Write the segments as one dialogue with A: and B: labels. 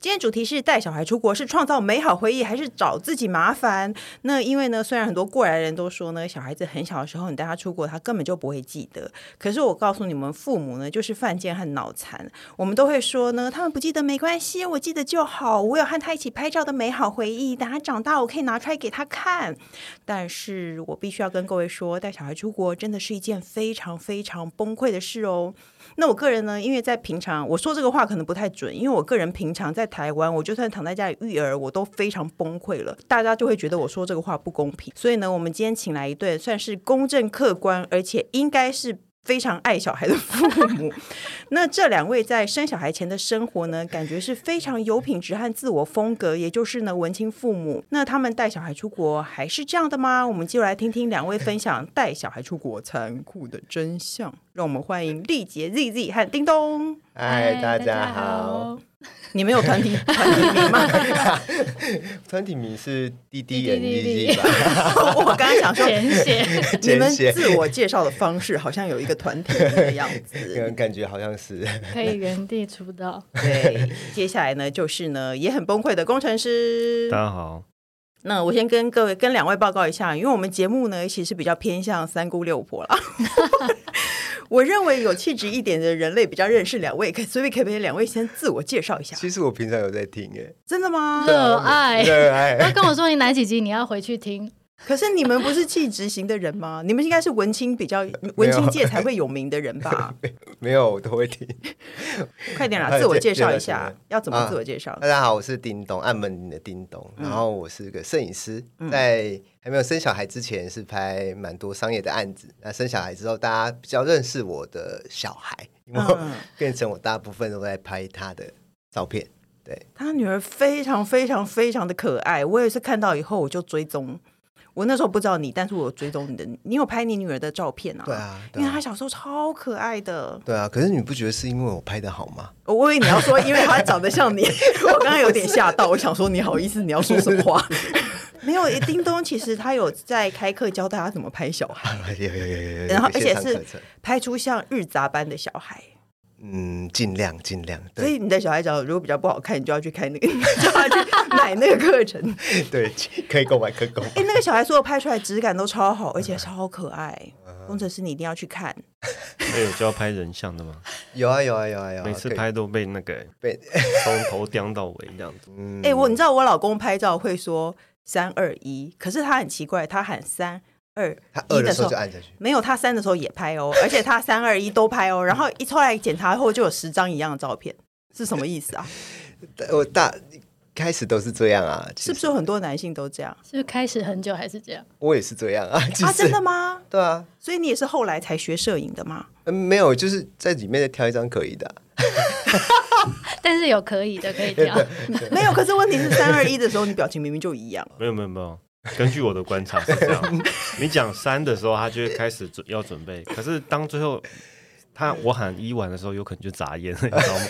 A: 今天主题是带小孩出国是创造美好回忆，还是找自己麻烦？那因为呢，虽然很多过来人都说呢，小孩子很小的时候你带他出国，他根本就不会记得。可是我告诉你们，父母呢就是犯贱和脑残，我们都会说呢，他们不记得没关系，我记得就好。我有和他一起拍照的美好回忆，等他长大我可以拿出来给他看。但是我必须要跟各位说，带小孩出国真的是一件非常非常崩溃的事哦。那我个人呢，因为在平常我说这个话可能不太准，因为我个人平常在台湾，我就算躺在家里育儿，我都非常崩溃了，大家就会觉得我说这个话不公平。所以呢，我们今天请来一对算是公正客观，而且应该是。非常爱小孩的父母，那这两位在生小孩前的生活呢，感觉是非常有品质和自我风格，也就是呢文青父母。那他们带小孩出国还是这样的吗？我们就来听听两位分享带小孩出国残酷的真相。让我们欢迎丽杰、Z Z 和叮咚。
B: 嗨，大家好。，
A: 你们有团体团体名吗？
B: 团体名是滴滴
C: 滴
B: N
C: 滴
B: E
C: 滴
B: Z 吧？
A: 我刚刚想说，
C: 填写
A: 你们
B: 简写
A: 自我介绍的方式好像有一个团体的样
B: 有
A: 子。
B: 人感觉好像是。
C: 可以原地出道。
A: 对，接下来呢就是呢也很崩溃的工程师。
D: 大家好，
A: 那我先跟各位、跟两位报告一下，因为我们节目呢，其实比较偏向三姑六婆 啦。 我认为有气质一点的人类比较认识两位，可所以可不可以两位先自我介绍一下？
B: 其实我平常有在听诶，
A: 真的吗？
C: 热爱
B: 热
C: 他
B: 爱。
C: 跟我说你哪几集你要回去听，
A: 可是你们不是气质型的人吗？你们应该是文青比较文青界才会有名的人吧？
B: 没有，我都 会听。
A: 快点啦，
B: 哎
A: 自 我
B: 介
A: 介绍一下
B: 介绍一下，
A: 要怎么
B: 啊
A: 自我介绍
B: 大？家好，我是叮咚，按门铃的叮咚。然后我是个摄影师，
A: 嗯
B: 在还没有生小孩之前是拍蛮多商业的案子。那生小孩之后，大家比较认识我的小孩，因为我
A: 嗯
B: 变成我大部分都在拍他的照片。对，
A: 他女儿非常非常非常的可爱，我也是看到以后我就追踪。我那时候不知道你，但是我有追踪你的，你有拍你女儿的照片啊？
B: 对啊对啊
A: 因为她小时候超可爱的。
B: 对啊。可是你不觉得是因为我拍的好吗？
A: 我我以为你要说，因为她长得像你，我刚刚有点吓到，我想说你好意思，你要说什么 话？没有，叮咚其实他有在开课教大家怎么拍小孩，
B: 有有有有有有。
A: 然后而且
B: 线上
A: 是
B: 课程
A: 拍出像日杂般的小孩。
B: 嗯，尽量尽量，
A: 所
B: 对
A: 以你的小孩长得如果比较不好看，你就要去开那个， 你就要去买那个课程。
B: 对，可以购买，可以购买。
A: 哎、那个小孩所有拍出来质感都超好，而且超可爱。
B: 嗯
A: 工程师，你一定要去看。
D: 我有教拍人像的吗？
B: 有啊有啊有啊有啊，
D: 每次
B: 可以
D: 拍都被那个欸
B: 被。
D: 从头刁到尾这样子
B: 嗯
A: 哎、我你知道我老公拍照会说三二一，可是他很奇怪，他喊三二
B: 他
A: 一
B: 饿
A: 的
B: 的
A: 时
B: 时
A: 候
B: 候就。按下去，
A: 没有，他三的时候也拍哦，而且他三二一都拍哦，然后一出来检查后就有十张一样的照片，是什么意 思啊？
B: 但我大开始都是这样啊，其
A: 是不
B: 实
A: 是有很多男性都这样
C: 是不是开始很久还是这样？
B: 我也是这样啊，其
A: 啊？
B: 实
A: 真的吗？
B: 对啊，
A: 所以你也是后来才学摄影的吗？
B: 嗯没有，就是在里面再挑一张可以的啊，
C: 但是有可以的可以啊挑，
A: 没有，可是问题是三二一的时候，你表情明明就一样。
D: 没有没有没有，根据我的观察是 这样，你讲三的时候，他就会开始准要准备，可是当最后他我喊一完的时候，有可能就眨眼了，你知道吗？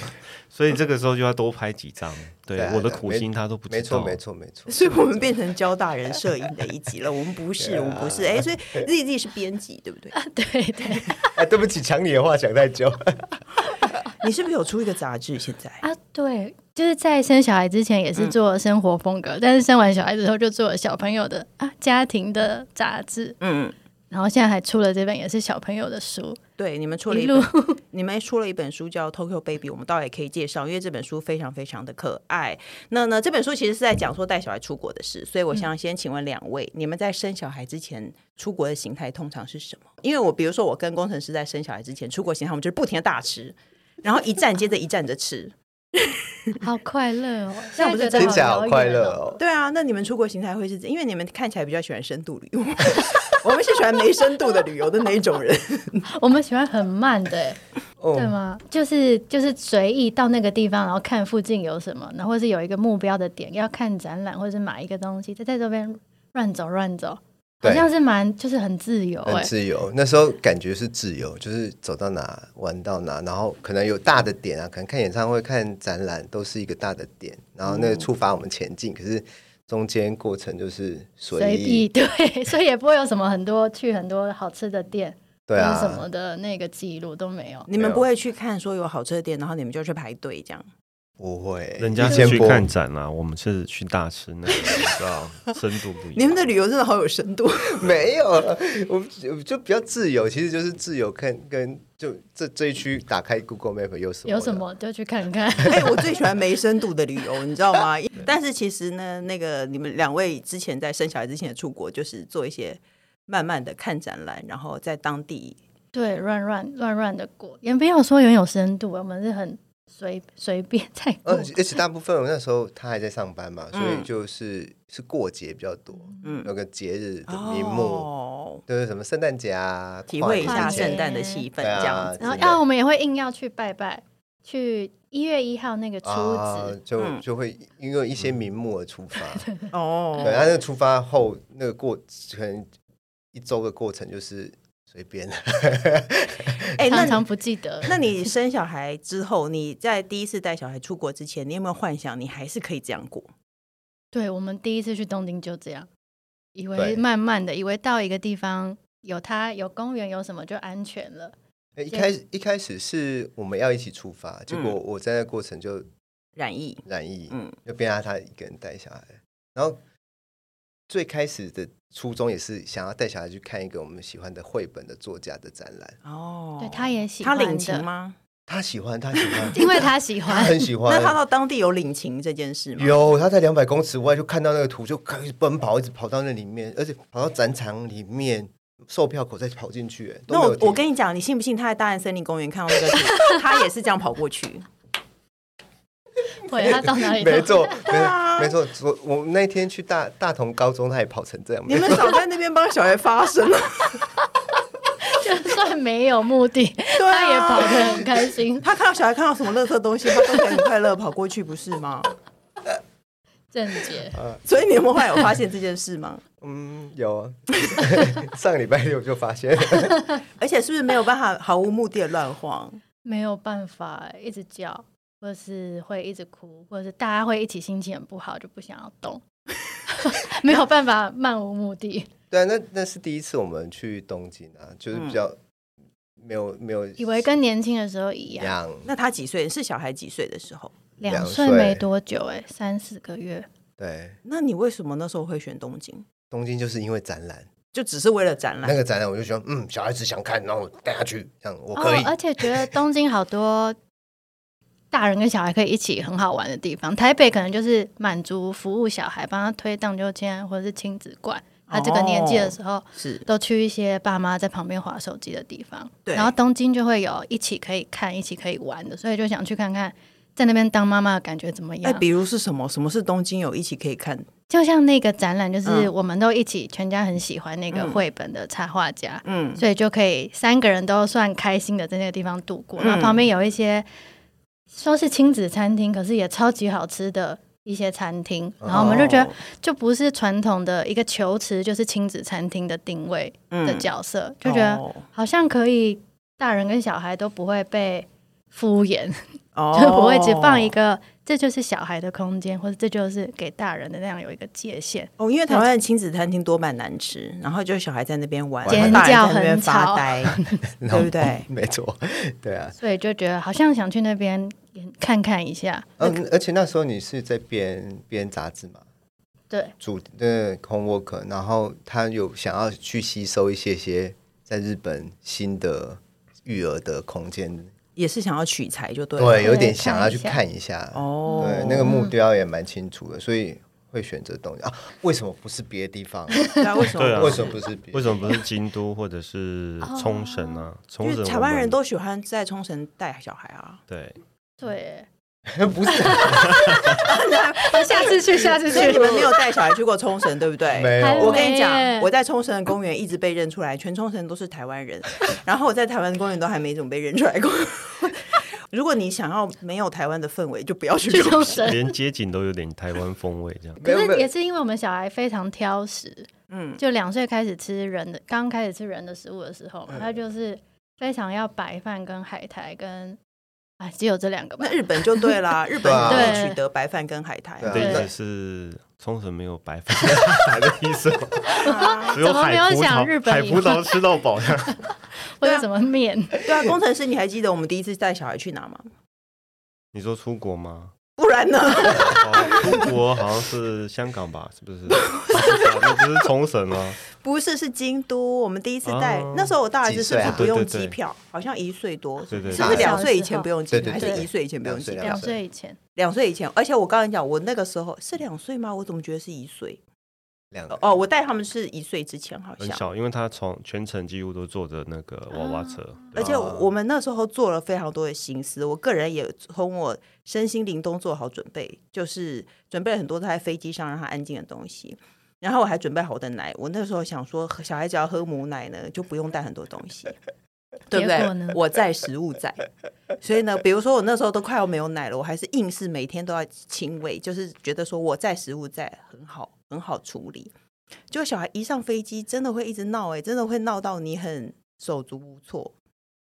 D: 所以这个时候就要多拍几张。对
B: 对啊
D: 我的
B: 对啊
D: 苦
B: 没
D: 心他都不知道。
B: 没错没。错没错，
A: 所以我们变成教大人摄影的一集了。我们不是，我们不是。哎、所以 Z Z 是编辑，对不对？
C: 对对
B: 哎，对不起，抢你的话讲太久，
A: 你是不是有出一个杂志？现在
C: 啊对，就是在生小孩之前也是做生活风格，但是生完小孩之后就做了小朋友的啊家庭的杂志，
A: 嗯，
C: 然后现在还出了这本也是小朋友的书，
A: 对，你们出了一
C: 一路
A: 本，你们出了一本书叫《Tokyo Baby》，我们倒也可以介绍，因为这本书非常非常的可爱。那呢，这本书其实是在讲说带小孩出国的事，所以我想先请问两位，你们在生小孩之前出国的形态通常是什么？因为我比如说我跟工程师在生小孩之前出国形态，我们就是不停的大吃，然后一站接着一站着吃。
C: 好快乐哦！
A: 那不是
C: 现在
B: 听
C: 觉得
B: 起来好快乐
C: 遥远哦。
B: 哦。
A: 对啊，那你们出国形态会是怎？因为你们看起来比较喜欢深度旅游， 我们是喜欢没深度的旅游的那一种人。
C: 我们喜欢很慢的、欸，
B: 哦
C: 对吗？就是就是随意到那个地方，然后看附近有什么，然后或是有一个目标的点，要看展览或是买一个东西，就在这边乱走乱走。好
B: 对
C: 像是蛮就是很自由哎、
B: 很自由。那时候感觉是自由，就是走到哪玩到哪，然后可能有大的点啊，可能看演唱会、看展览都是一个大的点，然后那
C: 嗯
B: 个触发我们前进。可是中间过程就是随
C: 随意
B: 意，
C: 对，所以也不会有什么很多去很多好吃的店，
B: 对
C: 或者什么
B: 啊，
C: 的那个记录都没有。
A: 你们不会去看说有好吃的店，然后你们就去排队这样？
B: 不会，
D: 人家
B: 一
D: 是
B: 千
D: 去
B: 波
D: 看展啊啦，我们是去大 吃那个，你知道深度不一样。
A: 你们的旅游真的好有深度，
B: 没有，我我就比较自由，其实就是自由看跟就这这一区打开 Google Map 有什么
C: 有什么就去看 看。
A: 哎、我最喜欢没深度的旅游，你知道吗？但是其实呢，那个你们两位之前在生小孩之前出国，就是做一些慢慢的看展览，然后在当地
C: 对，乱乱乱乱的过，也不要说很有深度，我们是很随随便在过
B: 而。呃且而且大部分我那时候他还在上班嘛，所以
A: 嗯
B: 就是、是过节比较多，
A: 嗯
B: 有个节日的
C: 哦
B: 名目，
A: 哦，
B: 就是什么圣诞节啊，
A: 体会一
B: 跨
A: 下
B: 年前
A: 圣诞的气氛
B: 对啊
A: 这样子。
C: 然后，
B: 之类的
C: 啊，我们也会硬要去拜拜，去一月一号那个初
B: 啊
C: 子，，
B: 就
A: 嗯
B: 就会因为一些名目而 出发，
A: 哦，
B: 对，他啊那个出发后那个过可能一周的过程就是随便，
A: 哎、那
C: 常常不记得。
A: 那 你生小孩之后，你在第一次带小孩出国之前，你有没有幻想你还是可以这样过？
C: 对我们第一次去东京就这样，以为
B: 对
C: 慢慢的，以为到一个地方有它有公园有什么就安全了。
B: 哎 一开始一开始是我们要一起出发，结果我在那个过程就
A: 染疫，
B: 染疫，
A: 嗯，
B: 就变成他一个人带小孩。然后最开始的初衷也是想要带小孩去看一个我们喜欢的绘本的作家的展览，
A: 哦，
C: 对，他也喜
A: 他
C: 欢
A: 领情
C: 的，，
A: 吗？
B: 他喜欢，他喜欢
C: 因为他喜
B: 他
C: 欢。
B: 很喜
A: 那他
B: 欢。
A: 到当地有领情这件事吗？
B: 有，他在两百公尺外就看到那个图，就开始奔跑，一直跑到那里面，而且跑到展场里面，售票口再跑进去。欸都
A: 那
B: 没
A: 我
B: 有
A: 我
B: 停
A: 跟你讲，你信不信？他在大安森林公园看到那个图， 他也是这样跑过 去。
C: 对，他到哪里都
B: 没错，没
A: 啊
B: 错，没错。昨我们那天去大大同高中，他也跑成这样。
A: 你们少在那边帮小孩发声啊了。
C: 就 算没有目的，
A: 对啊
C: 他也跑得很开心，
A: 他看到小孩看到什么垃圾东西，他都可以很快乐地跑过去，不是吗？
C: 正解。
A: 所以你们后来有发现这件事吗？
B: 嗯，有啊。 上礼拜六就发现了。
A: 而且是不是没有办法毫无目的的乱晃？
C: 没有办法一直叫，或者是会一直哭，或者是大家会一起心情很不好，就不想要动， 没有办法漫无目的，
B: 对啊，那那是第一次我们去东京啊，就是比较
A: 嗯
B: 没有、没有
C: 以为跟年轻的时候一
B: 一
C: 样。
B: 样，
A: 那他几岁？是小孩几岁的时候？
C: 两
B: 两
C: 岁
B: 岁
C: 没多久、哎，三四个月，
B: 对，
A: 那你为什么那时候会选东京？
B: 东京就是因为展览，
A: 就只是为了展
B: 那
A: 览？
B: 个展览我就觉得，嗯，小孩子想看，然后我带他去，这样我
C: 哦
B: 可以。，
C: 而且觉得东京好多。大人跟小孩可以一起很好玩的地方，台北可能就是满足服务小孩，帮他推荡秋千啊或者是亲子馆。他这个年
B: 哦
C: 纪的时候，
A: 是
C: 都去一些爸妈在旁边划手机的地方，
A: 对
C: 然后东京就会有一起可以看、一起可以玩的，所以就想去看看在那边当妈妈的感觉怎么
A: 哎，
C: 样。
A: 比如是什么？什么是东京有一起可以看？
C: 就像那个展览，就是
A: 嗯
C: 我们都一起，全家很喜欢那个绘本的插画家，
A: 嗯，
C: 所以就可以三个人都算开心的在那个地方度过。
A: 嗯
C: 然后旁边有一些说是亲子餐厅，可是也超级好吃的。一些餐厅，然后我们就觉得
A: 哦
C: 就不是传统的一个球池，就是亲子餐厅的定位的
A: 嗯
C: 角色，就觉得
A: 哦
C: 好像可以，大人跟小孩都不会被敷衍，
A: 哦
C: 就是不会只放一个，这就是小孩的空间，或者这就是给大人的那样有一个界限。
A: 哦，因为台湾的亲子餐厅多半难吃，然后就小孩在那边玩，
B: 尖
A: 然后大
C: 叫
A: 人在那边
C: 很
A: 发
C: 吵
A: 呆，
B: 然后
A: 对不对
B: 没错，对啊。
C: 所以就觉得好像想去那边看看一下，
B: 嗯，而且那时候你是在编编杂志嘛，
C: 对，
B: 主呃 homework，然后他有想要去吸收一些些在日本新的育儿的空间，
A: 也是想要取材就对了。
B: 对，有
C: 对
B: 点
C: 看
B: 想要
C: 一
B: 去
C: 下
B: 看一下，
A: 哦，
B: 对，那个目标也蛮清楚的，所以会选择东京啊。为什么不是别的地方？
A: 对啊，为什么？
D: 对啊
B: 为什么不是别？
D: 为什么不是京都或者是冲绳啊？冲
A: 哦就
D: 绳
A: 是
D: 我
A: 台湾
D: 们
A: 人都喜欢在冲绳带小孩啊，
D: 对，
C: 对，
B: 么 不是？
C: 好，下次 去，下次
A: 所以你们没有带小孩去过冲绳，对不对？
B: 没
C: 还
B: 有
A: 我跟你讲
C: 没耶，
A: 我在冲绳的公园一直被认出来，全冲绳都是台湾人，然后我在台湾的公园都还没怎么被认出来过。 如果你想要没有台湾的氛围，就不要去
C: 去
A: 冲
C: 冲
A: 绳。
C: 绳。
D: 连街景都有点台湾风味这样。
B: 没
C: 可
B: 有没
C: 是也
B: 有，
C: 是因为我们小孩非常挑食，
A: 嗯
C: 就两岁开始吃人的，刚开始吃人的食物的时候嘛，他就是非常要白饭跟海苔跟，哎，只有这两个吧
A: 那。日本就对啦，日本
B: 对啊
A: 可以取得白饭跟海苔
B: 对啊
D: 的意
C: 对
D: 思是冲绳没有白饭 海苔的意思吗？
A: 啊
D: 只有
C: 怎么没有
D: 海葡
C: 想日
D: 萄，
C: 本
D: 海
C: 以
D: 葡
C: 外
D: 萄吃到饱。
C: 或
A: 对
C: 者
A: 啊
C: 什么面，
A: 对啊，工程师，你还记得我们第一次带小孩去哪吗？
D: 你说出国吗？
A: 不然呢？
D: 哦出国好像是香港吧？是不是？ 那不是冲绳吗？
A: 不是，是京都。我们第一次带，
D: 哦
A: 那时候我大儿子是不
B: 几岁
A: 是
B: 啊
A: 不用
D: 对对对
A: 机票？好像一岁多，
D: 对对对
A: 是不是两岁以前
C: 小时候
A: 不用机
B: 对
A: 票，还
B: 对
A: 是
B: 对
A: 一岁以前不用机
B: 两
A: 票
B: 岁？
C: 两岁以前，
A: 两岁以前，而且我刚才讲，我那个时候是两岁吗？我怎么觉得是一岁？
B: 两个
A: 哦，我带他们是一岁之前，好
D: 很
A: 像。
D: 小，因为他从全程几乎都坐着那个娃娃车，
C: 啊
A: 而且
C: 哦
A: 我们那时候做了非常多的心思，我个人也从我身心灵都做好准备，就是准备了很多在飞机上让他安静的东西。然后我还准备好我的奶，我那时候想说，小孩只要喝母奶呢，就不用带很多东 西，对不
C: 结果呢
A: 对？我在食物在，所以呢，比如说我那时候都快要没有奶了，我还是硬是每天都要亲喂，就是觉得说我在食物在很好，很好处理。就小孩一上飞机，真的会一直闹、欸，哎，真的会闹到你很手足无措。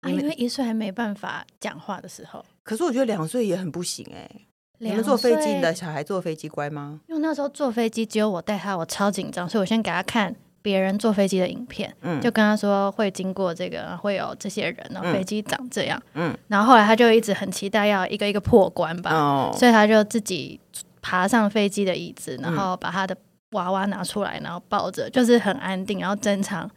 C: 啊，
A: 你们
C: 因为一岁还没办法讲话的时候，
A: 可是我觉得两岁也很不行哎、你们
C: 两
A: 坐飞机，
C: 岁
A: 你的小孩坐飞机乖吗？
C: 因为那时候坐飞机只有我带他，我超紧张，所以我先给他看别人坐飞机的影片，
A: 嗯，
C: 就跟他说会经过这个，会有这些人，然后
A: 嗯
C: 飞机长这样，
A: 嗯
C: 然后后来他就一直很期待要一个一个破关吧，
A: 哦，
C: 所以他就自己爬上飞机的椅
A: 嗯
C: 子，然后把他的娃娃拿出来，然后抱着，就是很安定，然后正常，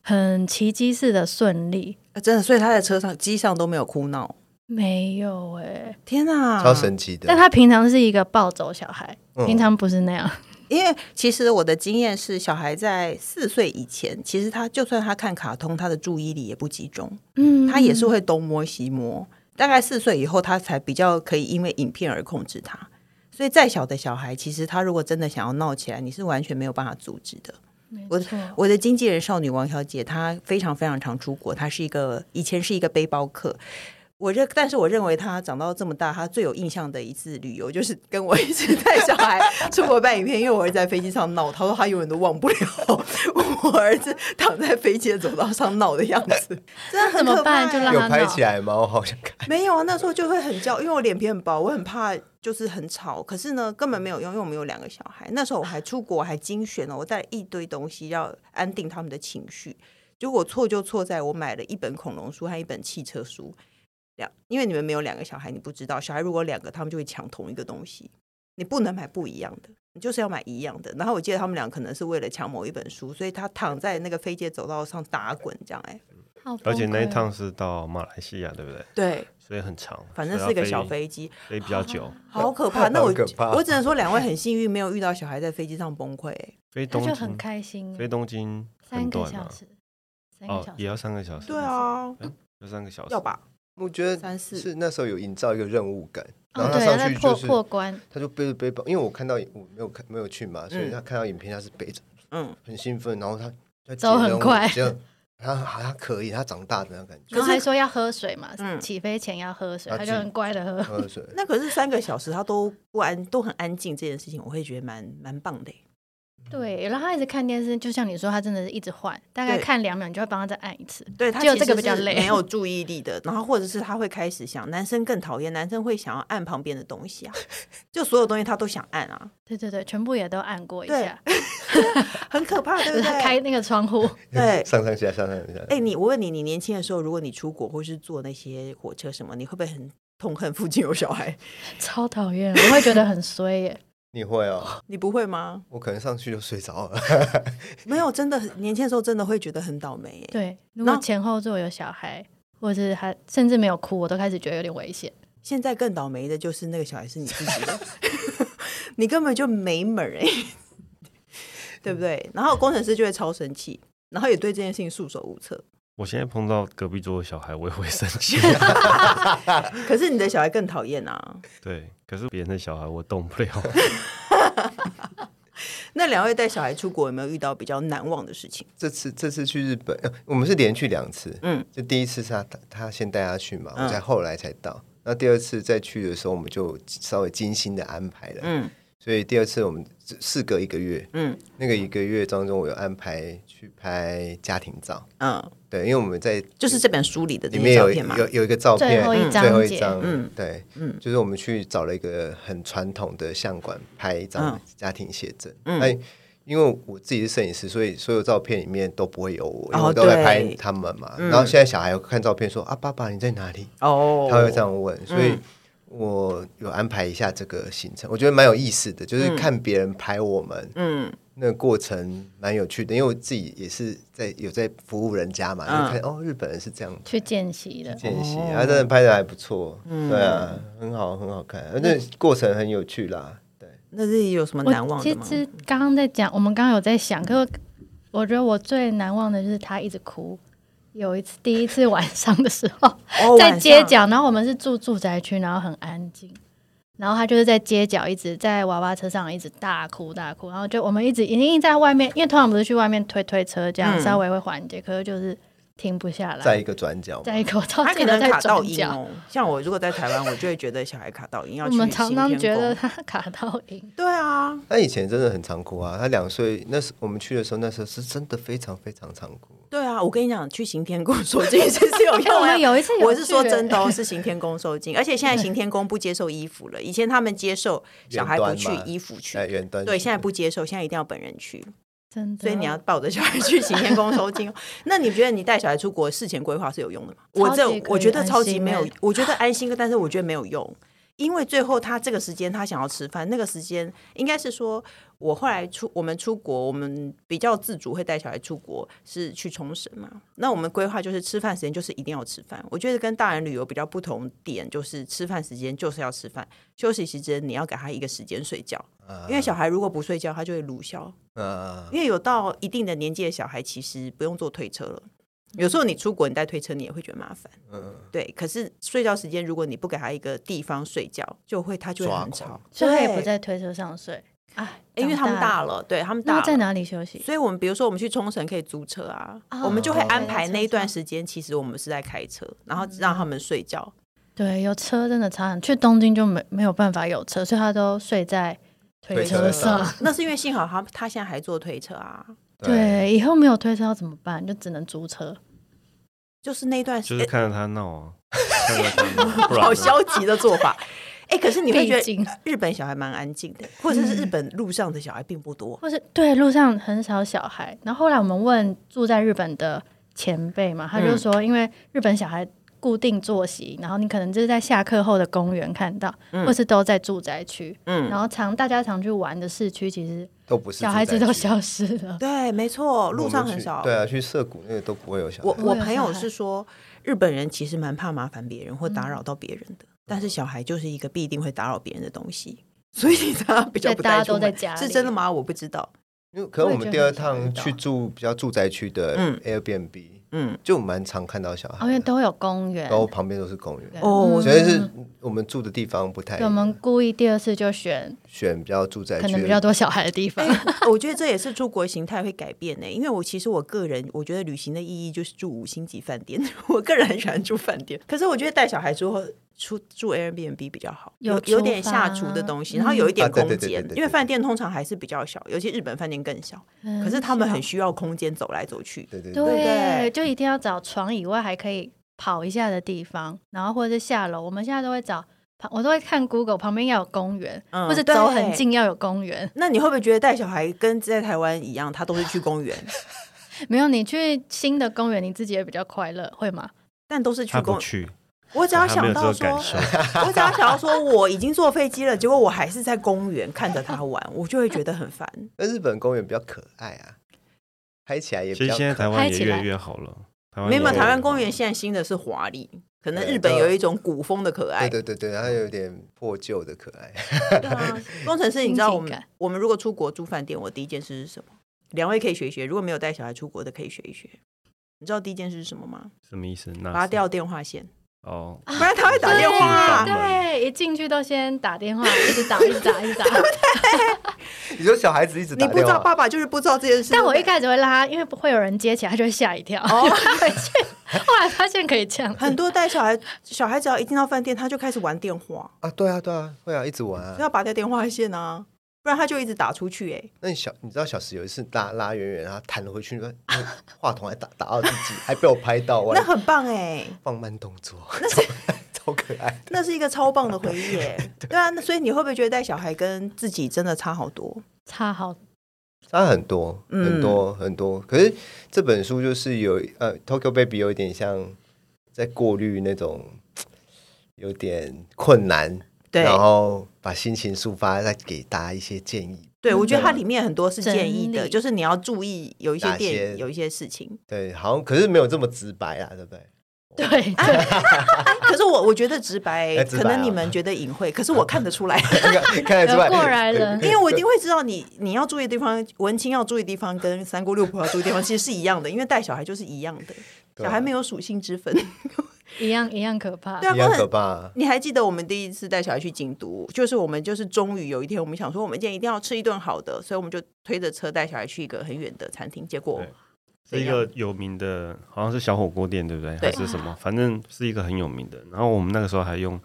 C: 很奇迹式的顺利，
A: 啊真的，所以他在车上、机上都没有哭闹。
C: 没有哎、
A: 天哪、
B: 超神奇
C: 但
B: 的，
C: 他平常是一个暴走小孩，
B: 嗯
C: 平常不是那样，
A: 因为其实我的经验是，小孩在四岁以前，其实他就算他看卡通，他的注意力也不集中，
C: 嗯，
A: 他也是会东摸西摸。大概四岁以后，他才比较可以因为影片而控制他。所以再小的小孩，其实他如果真的想要闹起来，你是完全没有办法阻止的。
C: 没
A: 我
C: 错
A: 我的经纪人少女王小姐，她非常非常常出国，她是一个以前是一个背包客。我认，但是我认为她长到这么大，她最有印象的一次旅游就是跟我一起 带小孩出国拍影片，因为我儿子在飞机上闹，她说她永远都忘不了我儿子躺在飞机的走道上闹的样 子，真的
C: 怎
A: 很
C: 么
A: 可
C: 办
A: 怕
C: 就
A: 欸
C: 让
B: 嗯有
C: 他
B: 拍
C: 闹
B: 起来吗？我好想看。
A: 没有啊，那时候就会很焦，因为我脸皮很薄，我很怕就是很吵。可是呢，根本没有用，因为我们有两个小孩。那时候我还出国，我还精选了，我带了一堆东西要安定他们的情绪。结果错就错在我买了一本恐龙书和一本汽车书。两，因为你们没有两个小孩，你不知道，小孩如果两个，他们就会抢同一个东西，你不能买不一样的，你就是要买一样的。然后我记得他们俩可能是为了抢某一本书，所以他躺在那个飞机的走道上打滚，这样哎、
C: 好
D: 而且那
C: 崩
D: 一
C: 溃哦
D: 趟是到马来西亚，对不对？
A: 对，
D: 所以很长，
A: 反正
D: 所
A: 是
D: 以
A: 个
D: 要
A: 小飞机，
D: 飞比较
C: 哦
D: 久，
A: 好可怕！那我
B: 好可 怕
A: 我只能说，两位很幸运，没有遇到小孩在飞机上 崩溃、欸
D: 飞
C: 他
D: 东
C: 就很
D: 京，
C: 开心
D: 飞
C: 啊，
D: 东京
C: 三
D: 很
C: 个
D: 短
C: 小
D: 啊，
C: 时，三个
D: 哦
C: 小，时，
D: 也要三个小时，
A: 对，啊，
D: 要三个小时，
A: 要？吧？
B: 我觉得
A: 三四
B: 是那时候有营造一个任务感，然
C: 哦，
B: 后他
C: 对，
B: 上
C: 他在
B: 去
C: 破
B: 就是
C: 破关，
B: 他就背着背包，因为我看到我没有看没有去嘛，所以
A: 嗯
B: 他看到影片他是背着，
A: 嗯，
B: 很兴奋，然后他他
C: 走很快
B: 就他好像可以，他长大的那种感 觉，
C: 然后还说要喝水嘛，
A: 嗯
C: 起飞前要喝水，
B: 啊
C: 他就
B: 起
C: 很乖的
D: 嗯
C: 喝。
B: 喝水。
A: 那可是三个小时，他都不安，都很安静，这件事情我会觉得蛮蛮棒的、欸
C: 对，然后他一直看电视，就像你说，他真的是一直换，大概
A: 对
C: 看两秒，你就会帮他再按一次。
A: 对他
C: 只有
A: 其实
C: 这个比较
A: 是
C: 累
A: 没有注意力的。 然后或者是他会开始想，男生更讨厌，男生会想要按旁边的东 西啊，就所有东西他都想按啊，
C: 对对对，全部也都按过一
A: 对
C: 下，
A: 很可 怕，对
C: 就是
A: 不
C: 他开
A: 对？
C: 那个窗户，
A: 对。
B: 上上下下上上下下，
A: 哎、你我问你，你年轻的时候，如果你出国或是坐那些火车什么，你会不会很痛恨附近有小孩？
C: 超讨厌，我会觉得很衰耶。
B: 你会哦？
A: 你不会吗？
B: 我可能上去就睡着了。
A: 没有，真的很年轻的时候真的会觉得很倒霉耶。
C: 对，如
A: 欸那
C: 果前后座有小孩，或者是他甚至没有哭，我都开始觉得有点危险。
A: 现在更倒霉的就是那个小孩是你自己 的，你根本就没门儿哎，对不对？然后工程师就会超生气，然后也对这件事情束手无策。
D: 我现在碰到隔壁桌的小孩，我也会生 气。
A: 可是你的小孩更讨厌啊。
D: 对，可是别人的小孩我动不了。
A: 那两位带小孩出国有没有遇到比较难忘的事情？
B: 这次这次去日本，呃我们是连去两次，
A: 嗯
B: 就第一次是他他先带他去嘛，
A: 嗯
B: 我才后来才到。那第二次再去的时候，我们就稍微精心的安排了，
A: 嗯
B: 所以第二次我们只事隔一个月，
A: 嗯
B: 那个一个月当中，我有安排去拍家庭照，
A: 嗯，
B: 对，因为我们在
A: 就是这本书里的这
B: 里
A: 些
B: 面
A: 照
B: 有
A: 片嘛，
B: 有有一个照片，
C: 最后一张
B: 最后一
C: 节
B: 张，
A: 嗯
B: 对，
A: 嗯
B: 就是我们去找了一个很传统的相馆拍一张
A: 嗯
B: 家庭写真，
A: 嗯
B: 那因为我自己是摄影师，所以所有照片里面都不会有我，因为
A: 哦
B: 我都在
A: 对
B: 拍他们嘛。
A: 嗯
B: 然后现在小孩有看照片说啊，爸爸你在哪里？
A: 哦，
B: 他会这样问，所以
A: 嗯
B: 我有安排一下这个行程，我觉得蛮有意思的，就是看别人拍我们，
A: 嗯
B: 那个过程蛮有趣的，因为我自己也是在有在服务人家嘛，
A: 嗯
B: 就看哦，日本人是这样
C: 去见习的。
B: 见习，
A: 哦
B: 他真的拍的还不错，对啊，很好，很好看，而且过程很有趣啦，对，
A: 那这里有什么难
C: 我
A: 忘
C: 其
A: 的吗？嗯
C: 实刚刚在讲，我们刚刚有在想，可我我觉得我最难忘的就是他一直哭。有一次，第一次晚上的时候，
A: 哦
C: 在街，角，然后我们是住住宅区，然后很安静。然后他就是在街角一直在娃娃车上一直大哭大哭，然后就我们一直一定在外面，因为通常不是去外面推推车这样
A: 嗯
C: 稍微会缓解，可是就是停不下来。
B: 在一个转角，
C: 再一口罩
A: 晚上他
C: 哦记
A: 可
C: 得
A: 能
C: 在
A: 卡到
C: 转
A: 音
C: 角，
A: 哦。像我如果在台湾，我就会觉得小孩卡到音，要
C: 我
A: 去
C: 们常常
A: 行
C: 觉
A: 天
C: 得
A: 宫
C: 他卡到 音。
A: 对啊，
B: 他以前真的很常哭啊，他两岁那时我们去的时候，那时候是真的非常非常常哭，
A: 对啊，我跟你讲，去行天宫 收金是是有
C: 我
A: 用
C: 们
A: 的。
C: 有一次有
A: 我是说
C: 去
A: 真的哦，是行天宫收金，而且现在行天宫不接受衣服了，以前他们接受小孩不去
B: 远端嘛
A: 衣服去
B: 在，远端
A: 对，现在不接受，现在一定要本人去，
C: 真的，
A: 所以你要抱着小孩去行天宫收 金哦。那你觉得你带小孩出国事前规划是有用的吗？我这
C: 超级可以
A: 我觉得超级
C: 安心
A: 没有
C: 欸，
A: 我觉得安心，但是我觉得没有用，因为最后他这个时间他想要吃饭，那个时间应该是说。我后来出我们出国，我们比较自主会带小孩出国，是去冲绳嘛。那我们规划就是吃饭时间就是一定要吃饭。我觉得跟大人旅游比较不同点就是吃饭时间就是要吃饭，休息时间你要给他一个时间睡觉，因为小孩如果不睡觉，他就会鲁消。
B: 啊，
A: 因为有到一定的年纪的小孩，其实不用坐推车了。有时候你出国，你带推车，你也会觉得麻烦。
B: 嗯，
A: 对，可是睡觉时间，如果你不给他一个地方睡觉，就会他就会很
B: 抓狂
A: 吵。
C: 所以他也
A: 对
C: 不在推车上睡啊，
A: 诶因为他们
C: 长
A: 大了，对他们
C: 那
A: 大
C: 在
A: 了。
C: 哪里休息？
A: 所以我们比如说我们去冲绳可以租车啊，
C: 哦
A: 我们就会安排
C: 对
A: 那一段时间，其实我们是在开车，然
C: 嗯
A: 后让他们睡觉。
C: 对，有车真的差很。去东京就没没有办法有车，所以他都睡在推
B: 推车
C: 车上。
A: 那是因为幸好他他现在还坐推车啊，
C: 对，以后没有推车要怎么办？就只能租车。
A: 就是那一段时
D: 就是
A: 间、
D: 看着他闹啊，看着他闹，不然呢啊
A: 好消极的做 法。哎、可是你会觉
C: 毕
A: 得
C: 竟，
A: 日本小孩蛮安静的，或者是日本路上的小孩并不多。
C: 或是对路上很少小孩。然后后来我们问住在日本的前辈嘛，他
A: 嗯
C: 就说，因为日本小孩固定作息，然后你可能就是在下课后的公园看到，或是都在住宅区，
A: 嗯
C: 然后常大家常去玩的市区，其实
B: 都不是
C: 小孩子
B: 住宅
C: 都
B: 区
C: 消失了。
A: 对，没错，路上很
B: 我
A: 少。
B: 们去对啊，去涩谷那个都不会有小孩，
A: 我
C: 不
A: 我
C: 会有
A: 朋友
C: 小孩
A: 是说，日本人其实蛮怕麻烦别人或打扰到别人的，
C: 嗯
A: 但是小孩就是一个必定会打扰别人的东西，所以他比较
C: 对
A: 不
C: 大
A: 带
C: 家
A: 出
C: 都在
A: 门
C: 家
A: 是
C: 里
A: 真的吗？我不知道。
B: 因为可能我们第二趟
C: 我也觉得很少
B: 去
C: 遇到
B: 住比较住宅区的
A: 嗯
B: Airbnb，、
A: 嗯，
B: 就蛮常看到小孩
C: 哦，因为
B: 的，
C: 都有公园，
B: 然后旁边都是公园，
C: 对嗯
A: 哦我
B: 所以是我们住的地方不太一
C: 对我们
B: 样，
C: 故意第二次就选
B: 选比较住宅
C: 可
B: 区
C: 能
B: 的
C: 比较多小孩的地方。
A: 哎我觉得这也是出国形态会改变呢、因为我其实我个人，我觉得旅行的意义就是住五星级饭店， 我个人很喜欢住饭店。可是我觉得带小孩之后。出住 Airbnb 比较好，有
C: 有
A: 有点
C: 厨
A: 下
C: 房
A: 厨的东西，
C: 嗯
A: 然后有一点
B: 啊对
A: 空
B: 对对
A: 间
B: 对，对
A: 因为
B: 对
A: 饭店通常还是比较小，尤其日本饭店更小。哎
C: 嗯
A: 可是他们很需要空间走来走去。
B: 对对对，
A: 对
C: 对，就一定要找床以外还可以跑一下的地方，然后或者是下楼。我们现在都会找，旁我都会看 Google 旁边要有公园，
A: 嗯
C: 或者走
A: 对
C: 很近要有公园。
A: 那你会不会觉得带小孩跟在台湾一样，他都是去公 园，
C: 没有你去新的公园，你自己也比较快乐，会吗？
A: 但都是去
D: 他
A: 公
D: 不？去，
A: 我只要
D: 他
A: 想
D: 没有这
A: 到
D: 个
A: 说，。
D: 感受
A: 我只要想到说我已经坐飞机了，结果我还是在公园看着他玩，我就会觉得很烦。
B: 那日本公园比较可爱啊，拍起来也
D: 其
B: 比
D: 实
B: 较
D: 现
B: 可
D: 在
B: 爱。
D: 台湾也越来越好了，台湾
A: 哦没有，
D: 也
A: 台湾公园现在新的是华丽，可能日本有一种古风的可爱。
B: 对对对对，它有点破旧的可爱。
A: 对啊，工程师，你知道我
C: 亲
A: 们
C: 情感
A: 我们如果出国住饭店，我第一件事是什么？两位可以学一学，如果没有带小孩出国的可以学一学。你知道第一件事是什么吗？
D: 什么意思？
A: 拔
D: 拿
A: 掉电话线，
D: 哦，
A: 不然他会打电话啊。
D: 对
C: 对，一进去都先打 电话，一直打，一直打，一直打。
B: 你说小孩子一直
A: 你
B: 打
A: 不知
B: 电
A: 道，
B: 话，
A: 爸爸就是不知道这件事。
C: 但我
A: 对
C: 一
A: 不对
C: 开始会拉他，因为不会有人接起来，他就会吓一跳。
A: 哦
C: 后来发现可以这样，
A: 很多带小孩，小孩只要一进到饭店，他就开始玩电话，
B: 啊，对啊对啊，会啊，一直玩
A: 就
B: 啊。
A: 要拔掉电话线啊。不然他就一直打出去、欸。
B: 那你小，你知道小石有一次拉拉远远，然后弹回 去，那那话筒还打打到自己，还被我拍到，我
A: 那
B: 还
A: 很棒哎、
B: 放慢动作， 超超可爱的。
A: 那是一个超棒的回忆耶、对啊，那所以你会不会觉得带小孩跟自己真的差好多？
C: 差好
B: 差很多
A: 嗯
B: 很多、很多。可是这本书就是有呃，Tokyo Baby 有一点像在过滤那种有点困难，
A: 对
B: 然后把心情抒发，再给大家一些建议。
A: 对，我觉得它里面很多是建议
C: 整
A: 的，
C: 理
A: 就是你要注意有一些
B: 哪些
A: 电影有一些事情。
B: 对，好像可是没有这么直白啊，对不对？
C: 对
A: 啊
C: 对，
A: 可是我我觉得直白，
B: 哎直白
A: 可
B: 啊
A: 能你们觉得隐晦，可是我看得出来，
B: 看得出
C: 有
B: 来，
C: 过来人
A: 因为我一定会知道你你要注意的地方，文青要注意的地方跟三姑六婆要注意的地方其实是一样的，因为带小孩就是一样的，
B: 对啊
A: 小孩没有属性之分。
C: 一样一样可怕
A: 对。啊，
B: 一
A: 光
B: 样可
A: 很
B: 怕啊。
A: 你还记得我们第一次带小孩去京都，就是我们就是终于有一天，我们想说我们今天一定要吃一顿好的，所以我们就推着车带小孩去一个很远的餐厅，结果
D: 对是一个有名的，好像是小火锅店，对不对？
A: 对
D: 还是什么？反正是一个很有名的。然后我们那个时候还用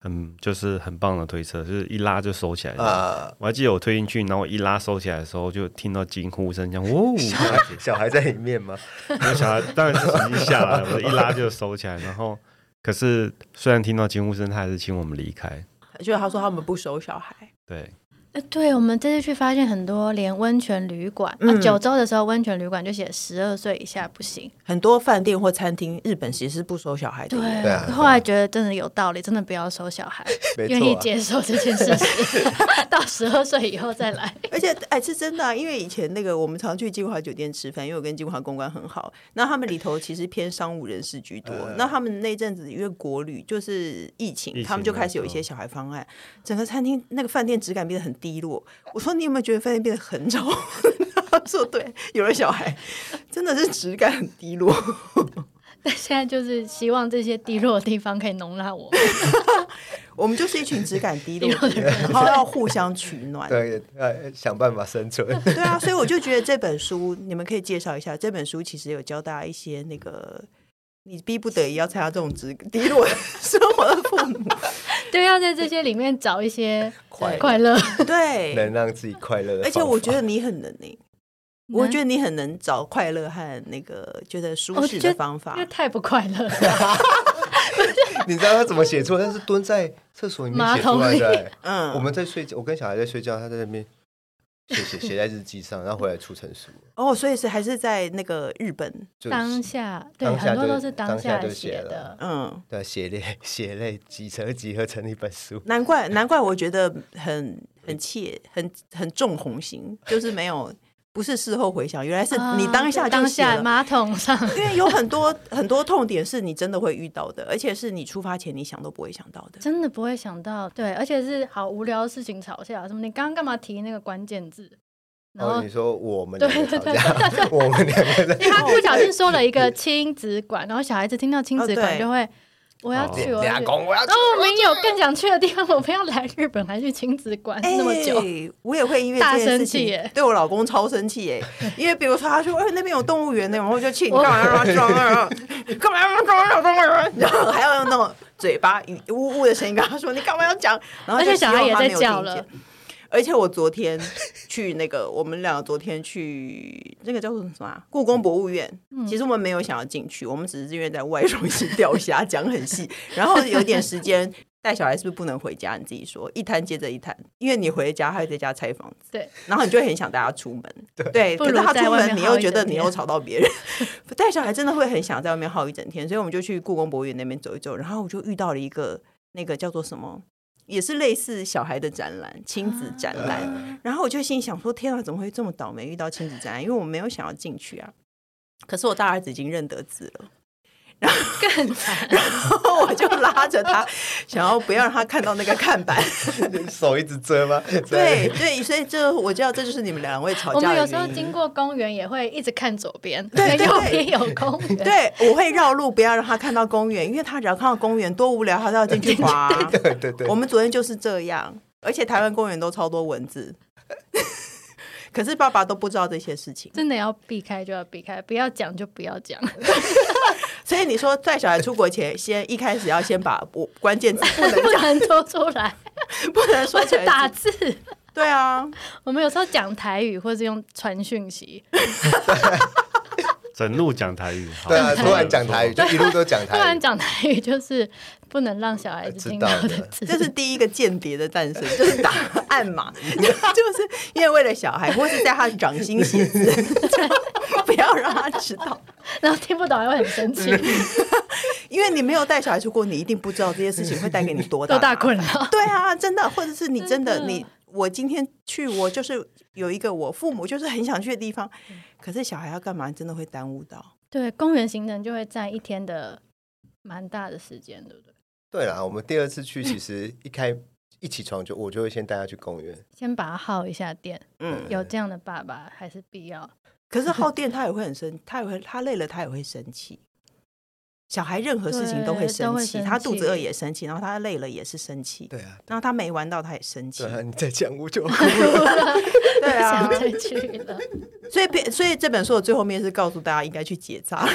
D: 很就是很棒的推车，就是一拉就收起来。
B: 啊
D: 我还记得我推进去，然后我一拉收起来的时候，就听到惊呼声，这样哦，这样子
B: 小孩在里 面吗？
D: 我小孩当然是已经下来了，我一拉就收起来。然后，可是虽然听到惊呼声，他还是请我们离开。
A: 嗯就是他说他们不收小孩，
D: 对，
C: 呃对，我们这次去发现很多连温泉旅馆，啊
A: 嗯
C: 九州的时候温泉旅馆就写十二岁以下不行。
A: 很多饭店或餐厅，日本其实是不收小孩的。
C: 对，
B: 对啊
C: 后来觉得真的有道理，真的不要收小孩，
B: 没
C: 愿意
B: 错、啊，
C: 接受这件事情， 到十二岁以后再来。
A: 而且哎是真的啊、因为以前那个我们常去金华酒店吃饭，因为我跟金华公关很好，那他们里头其实偏商务人士居多。那他们那阵子因为国旅就是疫情，
D: 疫情
A: 他们就开始有一些小孩方案，整个餐厅那个饭店质感变得很低落。我说你有没有觉得饭店变得很丑？ 他说对，有了小孩，真的是质感很低落。
C: 但现在就是希望这些低落的地方可以容纳我。
A: 我们就是一群质感低落
C: 低落
A: 的
C: 的
A: 人，然后要互相取暖。
B: 对，呃，想办法生存。
A: 对啊，所以我就觉得这本书，你们可以介绍一下。这本书其实有教大家一些那个，你逼不得已要参加这种职 低落生活的父母，
C: 对，要在这些里面找一些
B: 快乐
C: 快乐。
B: 能
A: 对。
B: 让自己快乐的方法。
A: 而且我觉得你很能诶、我觉
C: 得
A: 得你很能找快乐和那个觉得舒
C: 我
A: 适
C: 觉
A: 的
C: 得
A: 方法
C: 因为。太不快乐了，
B: 你知道他怎么写出来？他是蹲在厕所里面写出
C: 马桶
B: 来
C: 里
B: 的欸、
A: 嗯，
B: 我们在睡觉，我跟小孩在睡觉，他在那边写写写在日记上，然后回来出成书，
A: 哦，所以是还是在那个日本，
B: 就
C: 当下对
B: 当下
C: 很多
B: 就
C: 都是
B: 当下
C: 下
B: 就写
C: 写
B: 了
C: 的。
A: 嗯，
B: 对啊血 泪血泪集成集合成一本书。
A: 难怪难怪我觉得很很切很很重红心，就是没有不是事后回想，原来是你
C: 啊
A: 当下就
C: 当
A: 写
C: 下
A: 了
C: 马桶上，
A: 因为有很多 很多痛点是你真的会遇到的，而且是你出发前你想都不会想到的。
C: 真的不会想到，对，而且是好无聊的事情吵架，什么你刚刚干嘛提那个关键字？然
B: 然
C: 后
B: 后你说我们两个
C: 对
B: 吵架， 我们两个在
C: 因为
A: 哦
C: 他不小心说了一个亲子馆，然后小孩子听到亲子
A: 哦
C: 馆
A: 对
C: 就会，我要去，我要
B: 哦俩
C: 去。
B: 公，我要
C: 然后我明有更想去的地方，我不要来日本，还去亲子馆
A: 哎
C: 那么久。
A: 我也会因为
C: 大
A: 这件事
C: 生气
A: 情
C: 耶
A: 对我老公超生气耶、因为比如说他说，哎、那边有动物园呢，然后我就气你干嘛让他装啊， 干嘛让他装啊动物园， 然后还要用那种嘴巴语呜呜的声音跟他说，你干嘛要讲？然后
C: 而
A: 就
C: 且
A: 希
C: 小
A: 望
C: 孩也
A: 他
C: 在
A: 没有
C: 叫
A: 听
C: 了
A: 见，而且我昨天去那个，我们俩昨天去那个叫做什么、啊、故宫博物院、
C: 嗯
A: 其实我们没有想要进去，我们只是因为在外双溪钓虾， 讲很细，然后有点时间。带小孩是不是不能回家？你自己说，一摊接着一摊，因为你回家还在家拆房子，
C: 对，
A: 然后你就很想带他出门，对。
C: 不
A: 可是
C: 如
A: 他
C: 在
A: 出
C: 外
A: 门，
C: 面
A: 你
C: 耗
A: 又
C: 一
A: 觉得
C: 整
A: 你又
C: 天
A: 吵到别人， 带小孩真的会很想在外面耗一整天，所以我们就去故宫博物院那边走一走，然后我就遇到了一个那个叫做什么，也是类似小孩的展览，亲子展
C: 啊
A: 览。然后我就心里想说：天啊，怎么会这么倒霉遇到亲子展览？因为我没有想要进去啊。可是我大儿子已经认得字了，
C: 更惨。
A: 然后我就拉着他，想要不要让他看到那个看板。
B: 手一直遮 吗？
A: 对对，所以这我知道这就是你们两位吵
C: 我
A: 架
C: 们
A: 的
C: 有时候
A: 原因
C: 经过公园也会一直看左边，
A: 对 对
C: 右
A: 对
C: 边有公园。
A: 对，我会绕路，不要让他看到公园，因为他只要看到公园多无聊，他都要进去滑、
B: 对对对，
A: 我们昨天就是这样，而且台湾公园都超多蚊子， 可是爸爸都不知道这些事情。
C: 真的要避开就要避开，不要讲就不要讲。
A: 所以你说带小孩出国前，先一开始要先把我关键字不能
C: 不能说出来，
A: 不能说
C: 而
A: 出
C: 且
A: 来，
C: 打字
A: 对啊，
C: 我们有时候讲台语或是用传讯息，
D: 整路讲台语，好
B: 对啊，
D: 不错
B: 突然讲台语，
D: 不错
B: 就一路都讲
C: 突
B: 台
C: 然
B: 语，
C: 讲台语就是不能让小孩子听到
B: 呃知道
C: 的
B: 的
C: 字，
A: 这是第一个间谍的诞生， 就是打暗码，就是因为为了小孩，或是在他掌心写字，就不要让他知道。
C: 然后听不懂还会很 生气，
A: 因为你没有带小孩出国，你一定不知道这些事情会带给你多大
C: 多
A: 的
C: 大困扰？
A: 对啊，真的，或者是你真的
C: 真的
A: 你，我今天去，我就是有一个我父母就是很想去的地方，可是小孩要干嘛，真的会耽误到。
C: 对，公园行程就会占一天的蛮大的时间，对不对？
B: 对啦，我们第二次去，其实一开一起床就我就会先带他去公 园，
C: 先把它耗一下电，
A: 嗯，
C: 有这样的爸爸还是必要。
A: 可
C: 嗯
A: 是耗电他也会很生，他也会他累了他也会生气。小孩任何事情都会
C: 对
A: 生
C: 都会
A: 气，
C: 生
A: 他肚子饿
C: 气
A: 也生气，然后他累了也是生气，
B: 对啊，
A: 然后他没玩到他也生气
B: 对，啊，你再讲 我就
A: 对
C: 不
A: 啊
C: 想，再去 了，
A: 所以别所以这本书的最后面是告诉大家应该去结 扎。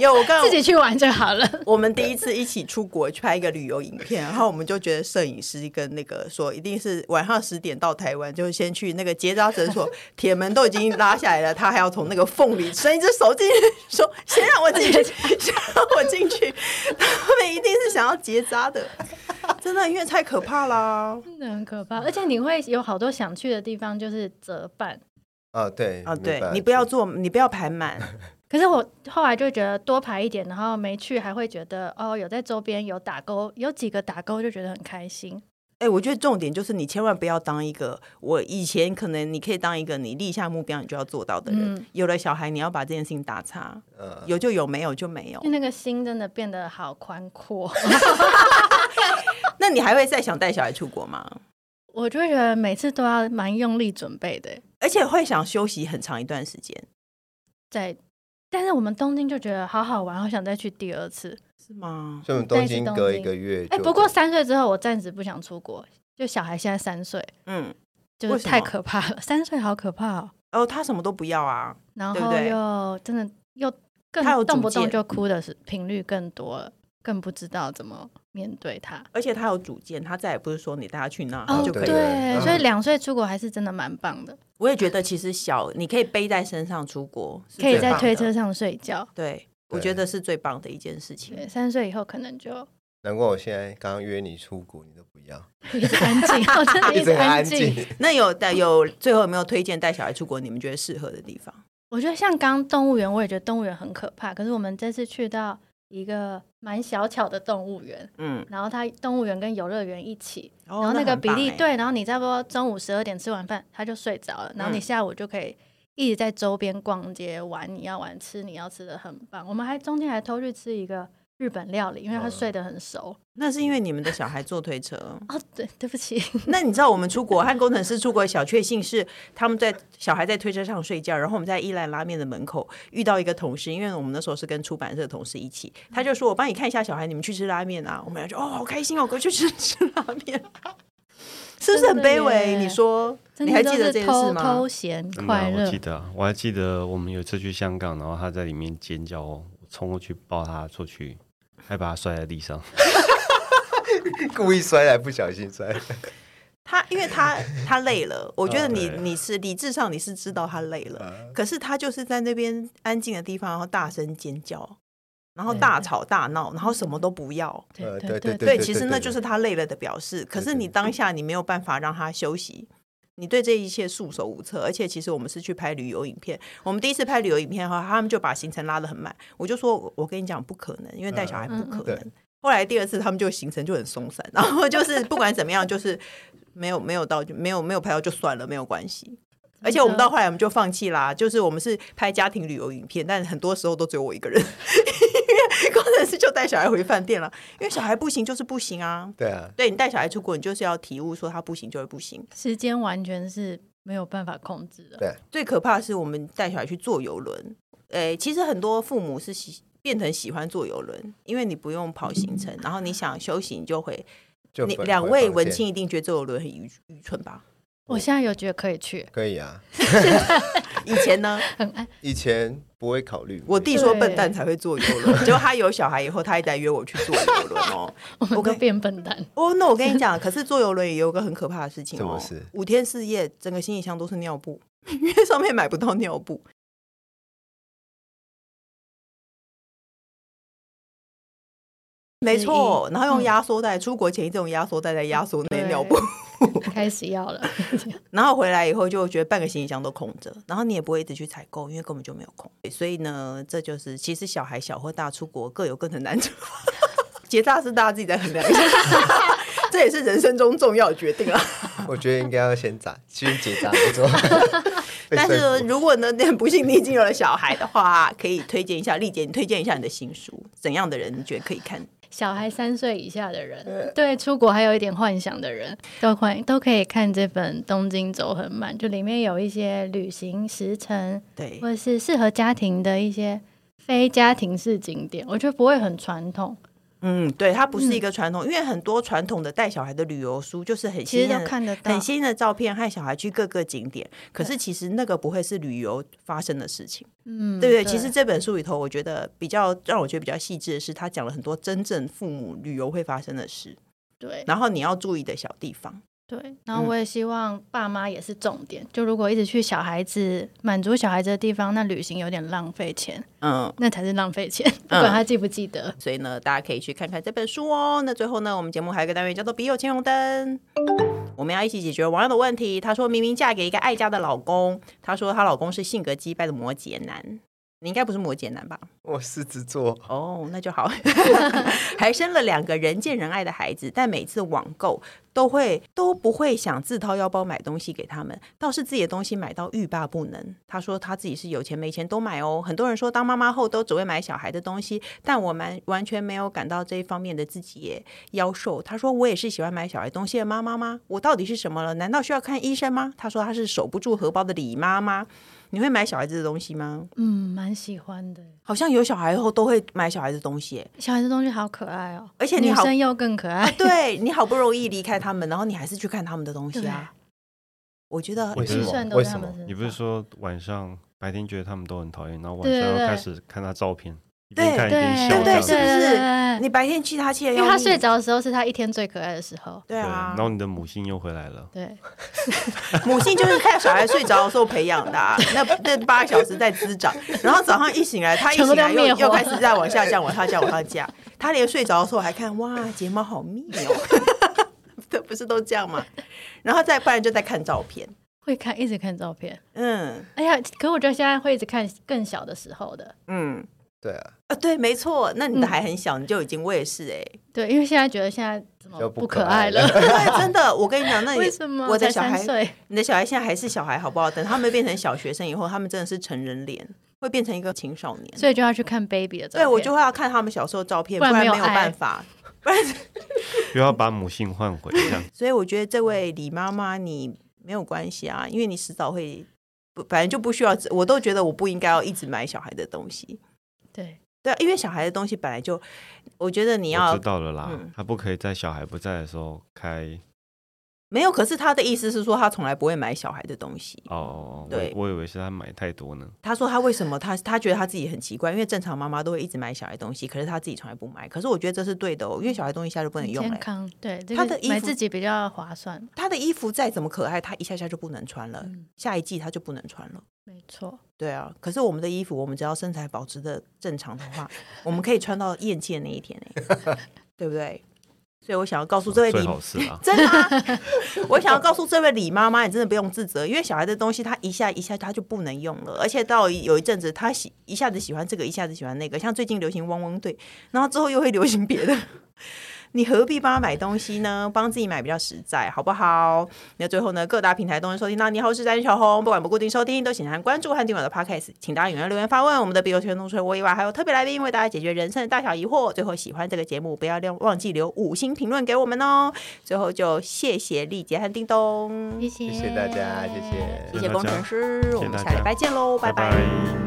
A: 有我刚
C: 自己去玩就好了。
A: 我们第一次一起出国去拍一个旅游影片，然后我们就觉得摄影师跟那个说一定是晚上十点到台湾，就先去那个结扎诊所，铁门都已经拉下来了，他还要从那个缝里伸一只手进去，说 先让我进去，先让我进去，他们一定是想要结扎的，真的，因为太可怕啦。
C: 真的很可怕，而且你会有好多想去的地方，就是折半。
B: 啊，对
A: 啊，
B: 没
A: 对
B: 办法
A: 你不要做，你不要排满，
C: 可是我后来就觉得多排一点，然后没去还会觉得哦，有在周边有打勾，有几个打勾就觉得很开心。
A: 哎、我觉得重点就是你千万不要当一个我以前可能你可以当一个你立下目标你就要做到的人，
C: 嗯
A: 有了小孩你要把这件事情打叉，
B: 嗯
A: 有就有，没有就没有
C: 因。为那个心真的变得好宽阔，
A: 那你还会再想带小孩出国吗？
C: 我就会觉得每次都要蛮用力准备的。
A: 而且会想休息很长一段时间，
C: 在，但是我们东京就觉得好好玩，好想再去第二次。
A: 是吗？
B: 所以我们东京隔一个月
C: 哎、
B: 就，
C: 不过三岁之后我暂时不想出国，就小孩现在三岁，
A: 嗯，
C: 就
A: 为
C: 是
A: 什么
C: 太可怕了，三岁好可怕哦。
A: 哦，他什么都不要啊，
C: 然
A: 对不
C: 后
A: 对
C: 又真的又
A: 他有主
C: 更动不动
A: 见
C: 就哭的是频率更多了，更不知道怎么面对他。
A: 而且他有主见，他再也不是说你带他去那、
B: 哦
A: 就可以
B: 对
A: 了。
B: 嗯
C: 所以两岁出国还是真的蛮棒的，
A: 我也觉得其实小你可以背在身上出国，是
C: 可以
A: 最
C: 在
A: 棒
C: 推
A: 的
C: 车，上睡觉。
A: 对我
B: 对
A: 觉得是最棒的一件事情。
C: 对，三岁以后可能就
B: 难怪我现在刚刚约你出国，你都不要，
C: 一直安静，我真 的
B: 一
C: 一直
B: 直很
C: 安
B: 安
C: 静。
B: 静。
A: 那有带有最后有没有推荐带小孩出国？你们觉得适合的地方？
C: 我觉得像刚刚动物园，我也觉得动物园很可怕。可是我们这次去到一个蛮小巧的动物园，
A: 嗯，
C: 然后它动物园跟游乐园一起，
A: 然
C: 然后那个比
A: 欸
C: 例、，对，然后你差不多中午十二点吃完饭，他就睡着了，然后你
A: 嗯
C: 下午就可以一直在周边逛街玩，你要玩吃你要吃的很棒。我们还中间还偷去吃一个日本料理，因为他
B: 哦
C: 睡得很熟。
A: 那是因为你们的小孩坐推车。
C: 哦，对，对不起，
A: 那你知道我们出国和工程师出国的小确幸是，他们在小孩在推车上睡觉，然后我们在伊兰拉面的门口遇到一个同事，因为我们那时候是跟出版社的同事一起，他就说：“我帮你看一下小孩，你们去吃拉面啊。”我们俩就哦，好开心哦，我去吃 吃拉面，是不是很卑
C: 真的
A: 微？
C: 耶
A: 你说，
C: 真
A: 你
C: 的
A: 还
C: 都
A: 记得
C: 是
A: 这件
C: 偷
A: 事吗
C: 偷？闲
D: 嗯
C: 快
D: 我
C: 乐
D: 记，得啊，我还记得我们有一次去香港，然后他在里面尖叫哦，我冲过去抱他出去，还把他摔在地上。
B: 故意摔来，不小心摔 来。
A: 他因为他他累了，我觉得你
D: 对
A: 你是理智上你是知道他累了，
B: 啊
A: 可是他就是在那边安静的地方，然后大声尖叫，然后大吵大闹，然后什么都不要。
C: 对
B: 呃
C: 对
B: 对
C: 对
B: 嗯对
A: 对，其实
B: 对
A: 那
B: 对
A: 就是他累了的表示。可是
B: 对
A: 你当下你没有办法让他休息，你对这一切束手无策。而且其实我们是去拍旅游影片，我们第一次拍旅游影片后，他们就把行程拉得很满。我就说，我我跟你讲不可能，因为带小孩不
C: 嗯嗯
A: 可
B: 对
A: 能。后来第二次他们就行程就很松散，然后就是不管怎么样，就是没有没有到就没有没有拍到就算了，没有关系。而且我们到后来我们就放弃啦，就是我们是拍家庭旅游影片，但很多时候都只有我一个人，因为工程师就带小孩回饭店了，因为小孩不行就是不行啊。
B: 对啊，
A: 对你带小孩出国，你就是要体悟说他不行就是不行。
C: 时间完全是没有办法控制的。
B: 对啊
A: 最可怕的是我们带小孩去坐游轮，诶，其实很多父母是喜变成喜欢坐游轮，因为你不用跑行程，然后你想休息你就会。
B: 就
A: 你
B: 分
A: 两位文。
B: 回房间
A: 青一定觉得坐游轮很愚愚蠢吧？
C: 我现在有觉得可以去，
B: 可以啊，
A: 以前呢，
C: 很爱
B: 以前不会考虑。
A: 我弟说笨蛋才会坐游轮，结果他有小孩以后，他一直在约我去坐游轮哦。
C: 我们
A: 我
C: 都
A: 跟
C: 变笨蛋。
A: 哦，那我跟你讲，可是坐游轮也有个很可怕的事情
B: 什么
A: 哦
B: 事，
A: 五天四夜，整个行李箱都是尿布，因为上面买不到尿布。没错，然后用压缩袋，出国前一直用压缩袋在压缩那些尿布，
C: 开始要了，
A: 然后回来以后就觉得半个行李箱都空着，然后你也不会一直去采购，因为根本就没有空。所以呢，这就是其实小孩小或大出国各有各的难处， 结大是大家自己在衡量一下， 这也是人生中重要的决定啊。
B: 我觉得应该要先砸，先结扎再 做。被
A: 但
B: 说
A: 是
B: 服
A: 如果呢，你很不幸你已经有了小孩的话，可以推荐一下丽姐，你推荐一下你的新书，怎样的人你觉得可以看？
C: 小孩三岁以下的
A: 呃
C: 人，对出国还有一点幻想的人，都欢都可以看这本《东京走很慢》，就里面有一些旅行时程，
A: 对，
C: 或者是适合家庭的一些非家庭式景点，我觉得不会很传统，
A: 嗯，对，它不是一个传统，因为很多传统的带小孩的旅游书就是很
C: 其
A: 新
C: 实
A: 的
C: 都看得到
A: 很。新的照片和小孩去各个景点，可是其实那个不会是旅游发生的事情，
C: 嗯，
A: 对不对？其实这本书里头，我觉得比较让我觉得比较细致的是，他讲了很多真正父母旅游会发生的事，
C: 对
A: 然后你要注意的小地方。
C: 对。然后
A: 嗯
C: 我也希望爸妈也是重点，就如果一直去小孩子满足小孩子的地方，那旅行有点浪费钱，
A: 嗯，
C: 那才是浪费钱，不管他记不记得。
A: 所以呢，大家可以去看看这本书哦。那最后呢，我们节目还有一个单元叫做“笔友青红灯”，我们要一起解决网友的问题。她说明明嫁给一个爱家的老公，她说她老公是性格击败的摩羯男。你应该不是摩羯男吧？
B: 我狮子座，
A: 哦，那就好。 还生了两个人见人爱的孩子，但每次网购都会都不会想自掏腰包买东西给他们，倒是自己的东西买到欲罢不能。他说他自己是有钱没钱都买哦。很多人说当妈妈后都只会买小孩的东西，但我们完全没有感到这一方面的自己耶妖瘦。他说我也是喜欢买小孩东西的妈妈吗？我到底是什么了？难道需要看医生吗？他说他是守不住荷包的李妈妈。你会买小孩子的东西吗？
C: 嗯，蛮喜欢的。
A: 好像有小孩后都会买小孩子的东西耶，
C: 小孩子东西好可爱哦，
A: 而且你
C: 女
A: 好啊
C: 生又更可 爱。
A: 对你好不容易离开他们，然后你还是去看他们的东西啊。我觉得
D: 为什
C: 预
D: 么
C: 算都
B: 为
C: 在他
B: 什
C: 们
B: 么
C: 身上。
D: 你不是说晚上白天觉得他们都很讨厌，然后晚
C: 对
D: 上又
C: 对
D: 开始看他照片，一
A: 对
D: 边看一边
A: 对
D: 笑
A: 不
D: 这
A: 对？
D: 样
A: 是
D: 子，
A: 不
C: 对对对
A: 是
C: 对？
A: 你白天气他气的
C: 因
A: 要
C: 为
A: 命，
C: 他睡着的时候是他一天最可爱的时候。
A: 对啊
D: 然，后你的母性又回来了。
C: 对，
A: 母性就是看小孩睡着的时候培养的、 啊，那那八个小时在滋长，然后早上一醒来，他一醒来
C: 全部都
A: 又
C: 灭火
A: 又开始在往下降，往下降，往下降。他连睡着的时候还看，哇，睫毛好密哦， 这不是都这样吗？然后再不然就在看照片，
C: 会看一直看照片。
A: 嗯
C: 哎呀，可我觉得现在会一直看更小的时候的。
A: 嗯
B: 对啊，
A: 啊，对，没错，那
C: 嗯
A: 你的还很小，你就已经我也是哎、
C: 对，因为现在觉得现在怎么
B: 就
C: 不
B: 哦不
C: 可
B: 可
C: 爱
B: 爱
C: 了
B: 了？
A: 对，真的，我跟你讲，那你
C: 为什么？
A: 我的
C: 才
A: 小
C: 三
A: 孩，
C: 岁，
A: 你的小孩现在还是小孩，好不好？等他们变成小学生以后，他们真的是成人脸，会变成一个青少年。
C: 所以就要去看 baby 的照片。
A: 对，我就会要看他们小时候的照片，不
C: 不然
A: 然
C: 没
A: 没有
C: 有爱
A: 办法。
D: 又要把母性换回，这样
A: 所以我觉得这位李妈妈，你没有关系啊，因为你迟早会不，反正就不需要。我都觉得我不应该要一直买小孩的东西。
C: 对
A: 对啊，因为小孩的东西本来就，我觉 得你
D: 我
A: 要
D: 知道了啦
A: 嗯。
D: 他不可以在小孩不在的时候开
A: 没有。可是他的意思是说，他从来不会买小孩的东西。
D: 哦哦哦，我
A: 对
D: 我以为是他买太多呢。
A: 他说他为什么他他觉得他自己很奇怪，因为正常妈妈都会一直买小孩东西，可是他自己从来不买。可是我觉得这是对的哦，因为小孩东西一下就不能
C: 很
A: 用了
C: 健。康。对，这
A: 他
C: 个
A: 的衣
C: 买
A: 服
C: 自己比较划算嘛。
A: 他的衣服再怎么可爱，他一下下就不能穿了，
C: 嗯
A: 下一季他就不能穿了。
C: 没错，
A: 对啊，可是我们的衣服，我们只要身材保持的正常的话，我们可以穿到艳界那一天、欸、 对不对？所以我想要告诉这位
D: 最
A: 李，
D: 好是啊
A: 真的、啊，我想要告诉这位李妈妈，你真的不用自责，因为小孩的东西他一下一下他就不能用了，而且到有一阵子他喜一下子喜欢这个，一下子喜欢那个，像最近流行汪汪队，然后之后又会流行别的。你何必帮他买东西呢？帮自己买比较实在，好不好？那最后呢，各大平台都能收听到。你好，我是詹小红。不管不固定收听，都请按关注和订阅我的 Podcast。请大家踊跃留言发问。我们的笔友圈中除了我以外，还有特别来宾为大家解决人生的大小疑惑。最后，喜欢这个节目，不要忘忘记留五星评论给我们哦。最后就谢谢丽杰和叮咚，
C: 谢谢，
B: 谢谢大家，谢谢。
A: 谢谢工程师，
D: 谢谢大 家
A: 我们下礼拜见喽，拜
D: 拜拜